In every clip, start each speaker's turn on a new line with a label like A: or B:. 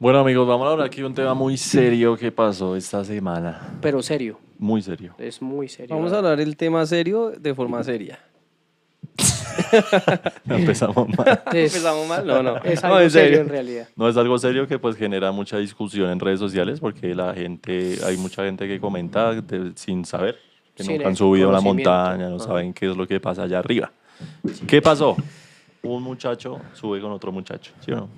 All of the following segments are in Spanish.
A: Bueno, amigos, vamos a hablar aquí de un tema muy serio que pasó esta semana.
B: Pero serio,
A: Muy serio.
B: es muy serio.
C: Vamos a hablar el tema serio de forma seria.
A: Empezamos mal.
B: Es,
C: ¿Empezamos mal? No, no.
B: es
C: Pues No,
B: algo
C: en
B: serio
C: serio.
B: en realidad.
A: No es algo serio que pues genera mucha discusión en redes sociales porque la gente, hay mucha gente que comenta de- sin saber, que
B: Sin
A: nunca han
B: el
A: subido a la
B: conocimiento. Ah.
A: montaña, no saben qué es lo que pasa allá arriba. ¿Qué pasó? Un muchacho sube con otro muchacho, ¿sí o no?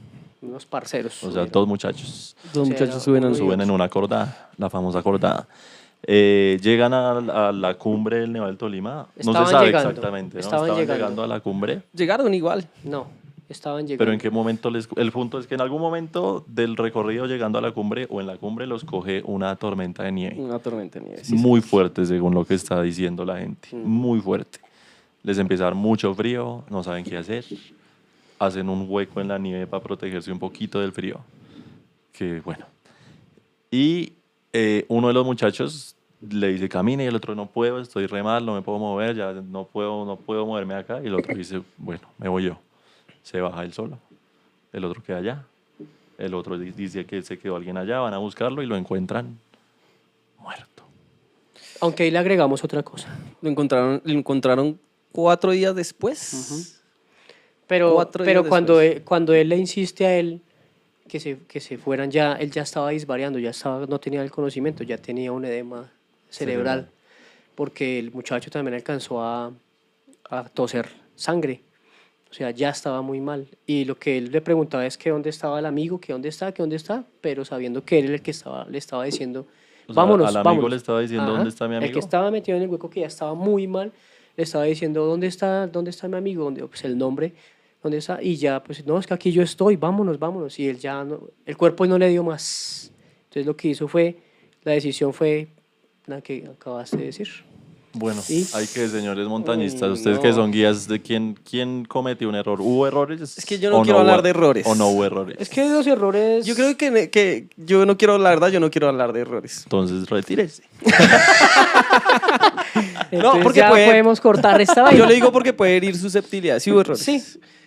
B: Unos parceros.
A: O sea,
B: subieron.
A: dos muchachos.
C: Los
B: Sí,
C: muchachos
B: no,
C: suben al
B: muy
C: suelo.
A: Suben en una cordada, la famosa cordada. Eh, llegan a, a la cumbre del Nevado del Tolima. No se
B: Estaban
A: sabe
B: llegando,
A: exactamente. ¿no?
B: estaban
A: Estaban
B: llegando.
A: llegando a la cumbre.
C: Llegaron igual.
B: No, estaban llegando.
A: Pero en qué momento les... El punto es que en algún momento del recorrido llegando a la cumbre o en la cumbre los coge una tormenta de nieve.
C: Una tormenta de nieve. sí, Mm. sí.
A: Muy fuerte, según lo que está diciendo la gente. Muy fuerte. Les empieza a dar mucho frío, no saben qué hacer. Hacen un hueco en la nieve para protegerse un poquito del frío. Que bueno. Y eh, uno de los muchachos le dice camine y el otro no puedo, estoy re mal, no me puedo mover, ya no puedo, no puedo moverme de acá. Y el otro dice, bueno, me voy yo. Se baja él solo. El otro queda allá. El otro di- dice que se quedó alguien allá, van a buscarlo y lo encuentran muerto.
B: Aunque ahí le agregamos otra cosa.
C: Lo encontraron, lo encontraron cuatro días después.
B: Pero,
C: Cuatro
B: pero
C: días
B: cuando,
C: después.
B: él, cuando él le insiste a él que se, que se fueran ya, él ya estaba disvariando, ya estaba, no tenía el conocimiento, ya tenía un edema cerebral,
A: Cerebral.
B: porque el muchacho también alcanzó a, a toser sangre. O sea, ya estaba muy mal. Y lo que él le preguntaba es que dónde estaba el amigo, que dónde está, que dónde está, pero sabiendo que él era el que estaba, le estaba diciendo,
A: O sea,
B: vámonos,
A: al amigo
B: vámonos".
A: le estaba diciendo,
B: Ajá,
A: "¿Dónde está mi
B: El que
A: amigo?".
B: estaba metido en el hueco, que ya estaba muy mal, le estaba diciendo, ¿dónde está, dónde está mi amigo? ¿Dónde, pues el nombre, ¿dónde está? Y ya, pues, no, es que aquí yo estoy, vámonos, vámonos. Y él ya, no- el cuerpo no le dio más. Entonces lo que hizo fue, la decisión fue la que acabaste de decir.
A: Bueno,
B: Y-
A: hay que, señores montañistas,
C: Uy,
A: ustedes que
C: Mm, no.
A: son guías, ¿de quién, quién cometió un error? ¿Hubo errores?
C: Es que yo no
A: ¿O
C: quiero hablar
A: hubo-
C: de errores.
A: ¿O no hubo errores?
B: Es que los errores...
C: Yo creo que, que yo no quiero, la verdad, yo no quiero hablar de errores.
A: Entonces, retírese.
B: Entonces
C: porque
B: ya
C: puede-
B: podemos cortar esta vaina.
C: Yo le digo porque puede herir susceptibilidades. Sí, hubo errores.
B: Sí.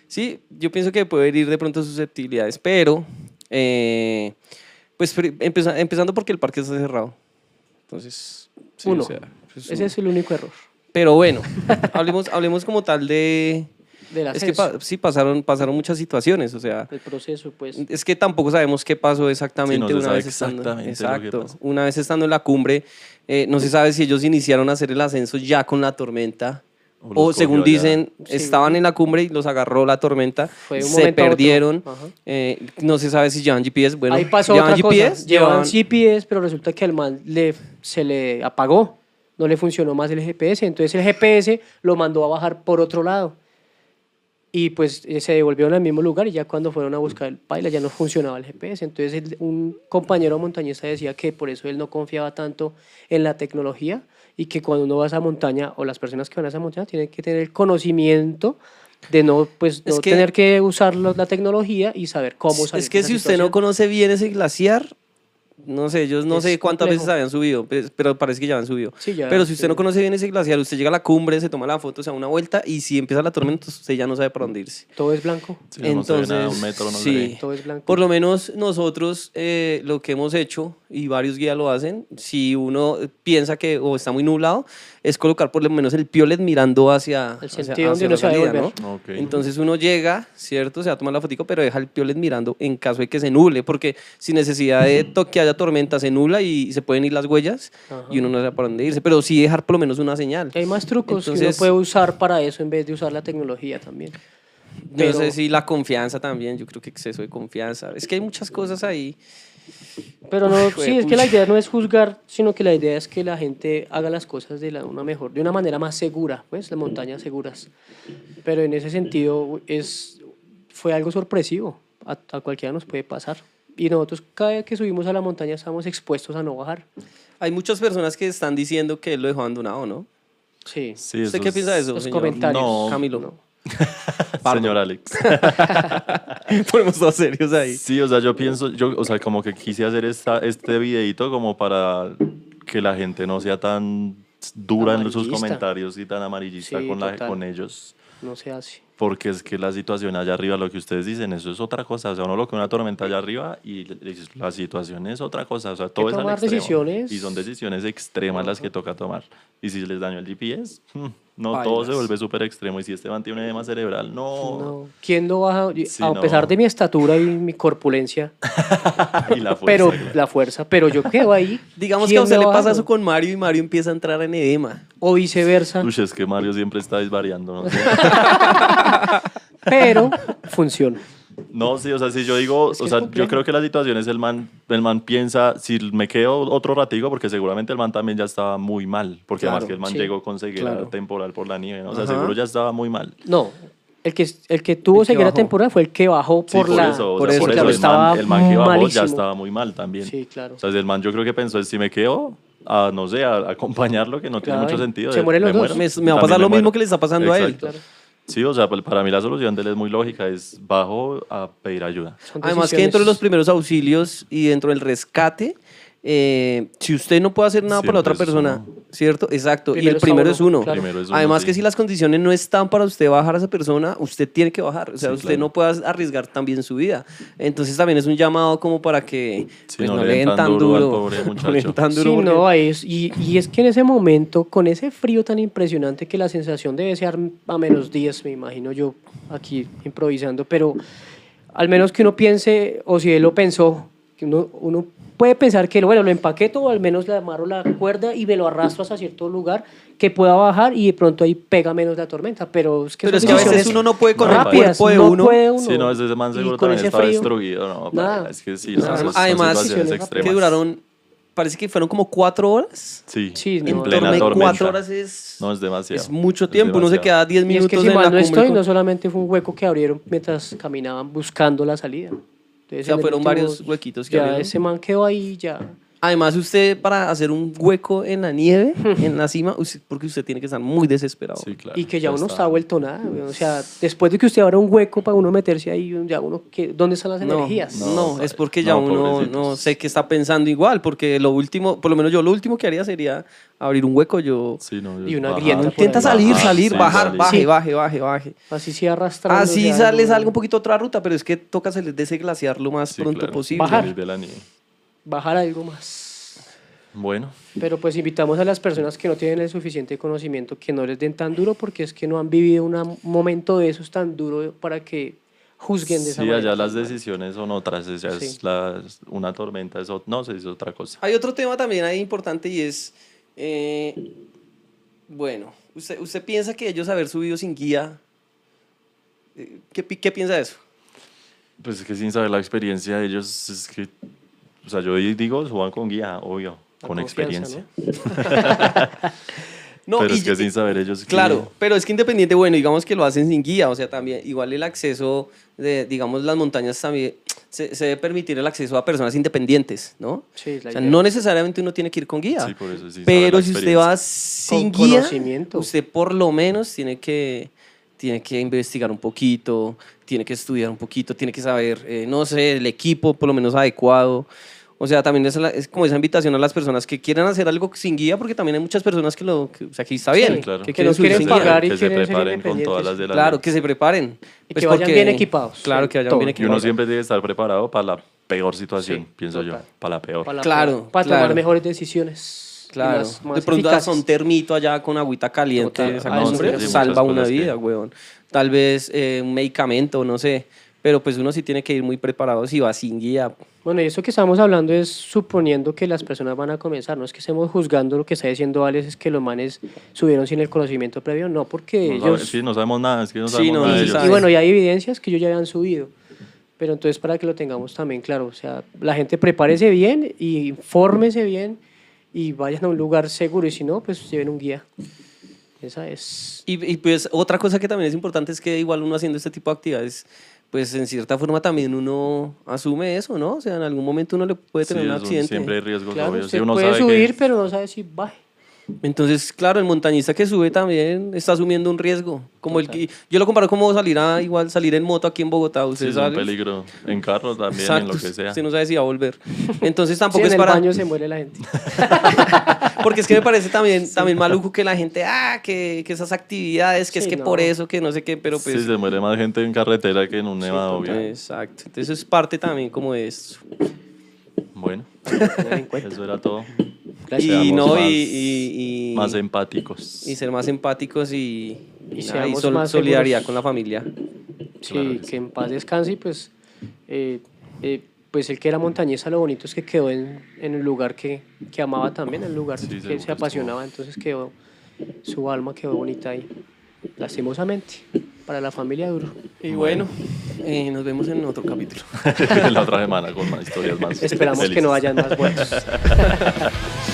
C: Sí, yo pienso que puede herir de pronto susceptibilidades, pero. eh, pues pri- empeza- empezando porque el parque está cerrado. Entonces. sí,
B: Uno.
C: o sea, pues,
B: Ese
C: uno.
B: es el único error.
C: Pero bueno, hablemos, hablemos como tal de.
B: Del
C: Es que
B: ascenso,
C: pa- sí, pasaron, pasaron muchas situaciones, o sea.
B: del proceso, pues...
C: Es que tampoco sabemos qué pasó exactamente
A: Sí, no se
C: una
A: sabe
C: vez estando,
A: exactamente lo que
C: exacto,
A: pasó.
C: una vez estando en la cumbre, eh, no se sabe si ellos iniciaron a hacer el ascenso ya con la tormenta
A: O los
C: o,
A: cogió
C: según
A: allá.
C: dicen
B: Sí.
C: estaban en la cumbre y los agarró la tormenta,
B: Fue de un
C: se
B: momento a otro.
C: perdieron,
B: Ajá.
C: eh, no se sabe si llevan GPS, bueno,
B: Ahí pasó
C: llevan
B: otra
C: GPS,
B: cosa. Llevaban
C: llevaban-
B: GPS, pero resulta que al man le, se le apagó. No le funcionó más el GPS. Entonces el GPS lo mandó a bajar por otro lado. Y pues eh, se devolvieron al mismo lugar y ya cuando fueron a buscar el paila ya no funcionaba el GPS. Entonces el- un compañero montañista decía que por eso él no confiaba tanto en la tecnología y que cuando uno va a esa montaña o las personas que van a esa montaña tienen que tener el conocimiento de no, pues,
C: Es
B: no
C: que-
B: tener que usar lo- la tecnología y saber cómo salir
C: Es
B: de
C: que
B: esa
C: si usted no
B: situación.
C: conoce bien ese glaciar, no sé, ellos no
B: Es
C: sé cuántas
B: complejo.
C: veces habían subido, pues, pero parece que ya han subido.
B: Sí, ya,
C: pero si usted
B: sí.
C: no conoce bien ese glaciar, usted llega a la cumbre, se toma la foto, se da una vuelta y si empieza la tormenta, usted ya no sabe para dónde irse.
B: Todo es blanco.
A: Sí, no se ve nada, un metro no se ve.
B: Todo es blanco.
C: Por lo menos nosotros eh, lo que hemos hecho, y varios guías lo hacen, si uno piensa que o está muy nublado, es colocar por lo menos el piolet mirando hacia
B: El
C: hacia-
B: sentido donde
C: hacia la
B: uno se va a
C: salida,
B: devolver.
A: Ok.
C: Entonces uno llega, ¿cierto? Se va a tomar la fotico, pero deja el piolet mirando en caso de que se nuble, porque sin necesidad de to- que haya tormenta se nubla y se pueden ir las huellas
B: Ajá.
C: y uno no sabe para dónde irse, pero sí dejar por lo menos una señal.
B: hay más trucos que uno
C: Entonces-
B: puede usar para eso en vez de usar la tecnología también.
C: No
B: Pero-
C: sé si la confianza también, yo creo que exceso de confianza. Es que hay muchas cosas ahí.
B: Pero no,
C: Uf,
B: sí, es que la
C: juepucha.
B: idea no es juzgar, sino que la idea es que la gente haga las cosas de la, una mejor, de una manera más segura, pues, las montañas seguras. Pero en ese sentido es, fue algo sorpresivo, a, a cualquiera nos puede pasar. Y nosotros cada vez que subimos a la montaña estamos expuestos a no bajar.
C: Hay muchas personas que están diciendo que él lo dejó abandonado, ¿no?
B: Sí.
A: Sí,
C: ¿Usted
A: eso
C: qué
A: es-
C: piensa de eso,
B: Los
C: señor?
B: comentarios.
A: No.
C: Camilo.
A: Señor Alex.
C: Ponemos dos serios ahí.
A: Sí, o sea, yo pienso, yo, o sea, como que quise hacer esta, este videito como para que la gente no sea tan dura en sus
B: Amarillista.
A: comentarios y tan amarillista
B: Sí,
A: con, la,
B: total.
A: con ellos.
B: No se hace.
A: Porque es que la situación allá arriba, lo que ustedes dicen, eso es otra cosa. O sea, uno lo que una tormenta allá arriba y la situación es otra cosa. O sea, todo es al
B: tomar
A: extremo.
B: decisiones.
A: Y son decisiones extremas las que toca tomar. Y si les daño el GPS, hmm, no, todo
C: Bailas.
A: se vuelve súper extremo. Y si este man tiene un edema cerebral, no.
B: No, ¿Quién no baja? Yo-
A: Sí,
B: a
A: no.
B: pesar de mi estatura y mi corpulencia,
A: y la fuerza.
B: pero
A: claro.
B: la fuerza, pero yo quedo ahí.
C: Digamos que
B: ¿Quién
C: a usted
B: me
C: le
B: baja?
C: pasa eso con Mario y Mario empieza a entrar en edema.
B: O viceversa,
A: Uy, es que Mario siempre está disvariando. No, sé.
B: pero funciona.
A: No, sí, o sea, si yo digo,
B: Es que
A: o
B: es
A: sea, yo
B: complejo.
A: creo que la situación es el man, el man piensa, si me quedo otro ratico, porque seguramente el man también ya estaba muy mal, porque además
C: Claro,
A: que el man
B: sí,
A: llegó con ceguera
B: claro.
A: temporal por la nieve, ¿no? o sea,
C: Ajá.
A: seguro ya estaba muy mal.
B: No, el que, el que tuvo
C: El que
B: ceguera
C: bajó.
B: temporal fue el que bajó
A: Sí,
B: por, la.
A: eso, o
C: por
A: sea,
C: eso,
A: por eso,
C: claro,
A: el, man,
B: estaba
A: el man que bajó ya
B: malísimo.
A: estaba muy mal también.
B: Sí, claro.
A: O sea, el man yo creo que pensó, es, si me quedo, a, no sé, a, a acompañarlo, que no tiene
B: Claro,
A: mucho
B: y
A: sentido.
B: se
A: de-
B: mueren los
A: me
B: dos.
A: muero,
C: Me- me va
A: también
C: a pasar lo
A: muero.
C: mismo que le está pasando a él.
A: Exacto. Sí, o sea, pa- para mí la solución de él es muy lógica, es bajo a pedir ayuda.
B: Son
C: Además que
B: decisiones.
C: dentro de los primeros auxilios y dentro del rescate, eh, si usted no puede hacer nada por
A: Siempre
C: la otra
A: es
C: persona, ¿cierto? Exacto. y
B: Primero
C: el
B: está
C: primero
B: uno,
C: es uno.
B: claro.
A: Primero es uno,
C: Además
A: sí.
C: que si las condiciones no están para usted bajar a esa persona, usted tiene que bajar. O sea,
A: Sí,
C: usted
A: claro.
C: no puede arriesgar también su vida. Entonces también es un llamado como para que
A: Sí,
C: pues, no, le den tan duro.
A: al pobre
C: no le den
A: muchacho.
C: tan duro
B: Sí,
C: porque-
B: no, ahí es- y, y es que en ese momento, con ese frío tan impresionante que la sensación debe ser a menos 10, me imagino yo aquí improvisando, pero al menos que uno piense, o si él lo pensó, que uno, uno puede pensar que, bueno, lo empaqueto o al menos le amarro la cuerda y me lo arrastro hasta cierto lugar que pueda bajar y de pronto ahí pega menos la tormenta, pero es que
C: Pero
B: son
C: es que a veces
B: decisiones
C: uno no puede con
A: el
B: rápidas,
C: cuerpo de
B: no
C: uno.
B: puede uno.
A: Sí, no, ese man
B: Y
A: seguro
B: con
A: también
B: ese
A: estaba
B: frío,
A: destruido, ¿no?
B: Nada.
A: paila, Es que sí,
B: Nada.
A: no, son- son
C: Además,
A: situaciones
B: que
A: extremas.
C: que duraron, parece que fueron como cuatro horas.
A: Sí,
B: Sí, no,
A: en
B: en
A: plena
C: torno de
A: tormenta.
C: Cuatro horas es,
A: No, es demasiado.
C: es mucho
A: Es
C: tiempo. Uno se
A: demasiado.
C: queda 10
B: Y es
C: minutos
B: que si
C: en la
B: mal no
C: cumbre.
B: estoy,
C: con-
B: no solamente fue un hueco que abrieron mientras caminaban buscando la salida. Entonces,
C: O sea,
B: en el
C: fueron
B: último-
C: varios huequitos que
B: ya
C: abrieron.
B: ese man quedó ahí, ya.
C: Además, usted para hacer un hueco en la nieve, en la cima, usted- porque usted tiene que estar muy desesperado.
A: Sí, claro,
B: y que ya, uno
A: estaba.
B: está vuelto nada. weón. O sea, después de que usted abra un hueco para uno meterse ahí, ya uno, que ¿dónde están las
C: No,
B: energías?
C: No,
A: No,
C: es porque ya
A: no,
C: uno
A: pobrecitos.
C: no sé qué está pensando igual, porque lo último, por lo menos yo lo último que haría sería abrir un hueco. Yo
A: Sí, no,
B: Y una
A: bajar,
B: grieta por
C: intenta
B: ahí.
C: salir,
A: bajar,
C: salir,
A: sí,
C: bajar,
A: salir.
C: baje,
B: Sí.
C: baje, baje, baje.
B: Así sí arrastrando.
C: Así
B: ya,
C: sale,
B: no-
C: salga un poquito otra ruta, pero es que toca salir de ese glaciar lo más
A: Sí,
C: pronto
A: claro,
C: posible.
B: Bajar.
A: salir de la nieve.
B: Bajar algo más.
A: Bueno,
B: Pero pues invitamos a las personas que no tienen el suficiente conocimiento que no les den tan duro porque es que no han vivido una- un momento de esos tan duro para que juzguen de esa
A: sí, allá
B: manera.
A: las decisiones son otras. o sea, es
B: Sí.
A: las- una tormenta es ot- no sé, es otra cosa.
C: Hay otro tema también ahí importante y es, eh, bueno, usted, usted piensa que ellos haber subido sin guía, eh, ¿qué, pi- qué piensa de eso?
A: Pues es que sin saber la experiencia de ellos, es que. O sea, yo digo, suban con guía, obvio,
B: La
A: con
B: confianza,
A: experiencia.
B: ¿no?
C: No,
A: Pero
C: y-
A: es que
C: y-
A: sin saber ellos. que-
C: Claro, pero es que independiente, bueno, digamos que lo hacen sin guía, o sea, también igual el acceso de, digamos, las montañas también, se, se debe permitir el acceso a personas independientes, ¿no?
B: Sí, es la
C: O sea,
B: idea.
C: no necesariamente uno tiene que ir con guía,
A: Sí, por eso, sin saber
C: pero
A: la
C: si usted
A: experiencia.
C: va sin
B: Con
C: guía,
B: conocimiento.
C: usted por lo menos tiene que, tiene que investigar un poquito, tiene que estudiar un poquito, tiene que saber, eh, no sé, el equipo por lo menos adecuado. O sea, también es, la- es como esa invitación a las personas que quieran hacer algo sin guía, porque también hay muchas personas que lo, que, o sea, aquí está bien,
A: Sí, claro.
C: que,
B: Que no
C: quieren subir
B: quieren
C: sin
A: se-
C: guía.
B: pagar y
A: que se
B: quieren ser
A: preparen con todas
B: independientes.
A: las de la
C: Claro,
A: ley.
C: que se preparen. Pues
B: Y que vayan bien equipados,
C: Claro,
B: sobre
C: que vayan
B: todo.
C: bien
A: Y uno
C: equipados.
A: siempre tiene que estar preparado para la peor situación,
B: Sí,
A: pienso
B: total.
A: yo. Para la peor.
B: Para,
C: Claro,
B: para
C: claro.
B: tomar mejores decisiones. y
C: Claro.
B: más- más
C: de pronto
B: eficaces.
C: hasta un termito allá con agüita caliente,
B: Total.
C: esa
B: Ah,
C: cosa
B: no, sí,
C: que
B: sí, muchas
C: salva
A: cosas
C: una
A: que-
C: vida, weón. Tal vez eh, un medicamento, no sé. Pero pues uno sí tiene que ir muy preparado si va sin guía.
B: Bueno, y eso que estamos hablando es suponiendo que las personas van a comenzar. No es que estemos juzgando lo que está diciendo Alex, es que los manes subieron sin el conocimiento previo. No, porque
A: No, sabe-
B: ellos.
A: sí, no sabemos nada, es que no
C: Sí,
A: sabemos
C: no,
A: nada de
C: sí
A: ellos.
C: sabe.
B: y bueno, y hay evidencias que ellos ya habían subido. Pero entonces, para que lo tengamos también claro, o sea, la gente prepárese bien y infórmese bien y vayan a un lugar seguro. Y si no, pues lleven un guía. Esa es.
C: Y, y, pues otra cosa que también es importante es que igual uno haciendo este tipo de actividades, pues en cierta forma también uno asume eso, ¿no? O sea, en algún momento uno le puede
A: Sí,
C: tener un
A: es un-
C: accidente.
A: siempre hay riesgos,
B: Claro,
A: obvio.
B: usted
A: Si uno
B: puede
A: sabe
B: subir,
A: que,
B: pero no sabe si baje.
C: Entonces, claro, el montañista que sube también está asumiendo un riesgo. Como el que, yo lo comparo como salir a, igual salir en moto aquí en Bogotá.
A: sí,
C: Usted
A: es un
C: pues sale-
A: peligro. En carros también, en lo
C: Exacto,
A: que sea.
C: Usted no sabe si va a volver. Entonces
B: Sí,
C: tampoco
B: en
C: es
B: el
C: para.
B: baño se muere la gente.
C: Porque es que me parece también, también maluco que la gente, ah, que, que esas actividades, que es
B: Sí,
C: que
B: no.
C: por eso, que no sé qué, pero pues...
A: Sí, se muere más gente en carretera que en un
C: sí,
A: nevado, obvio.
C: Exacto. Entonces es parte también como de esto.
A: Bueno, eso era todo.
C: Y
A: Seamos
C: no, y,
A: más-
C: y- y-
A: Más em- empáticos.
C: y ser más empáticos y,
B: Y
C: y nada, y
B: seamos
C: sol-
B: más
C: solidaridad
B: seguros.
C: con la familia.
B: Sí,
A: Claro que sí.
B: que en paz descanse y pues, eh, eh, pues el que era montañesa, lo bonito es que quedó en, en el lugar que, que amaba también, el lugar
A: Sí, seguro,
B: que
A: es
B: se
A: como-
B: apasionaba, entonces quedó, su alma quedó bonita ahí, lastimosamente, para la familia duro.
C: Y bueno, eh, nos vemos en otro capítulo.
A: la otra semana con más historias más.
B: Esperamos que no
A: felices.
B: hayan más muertos.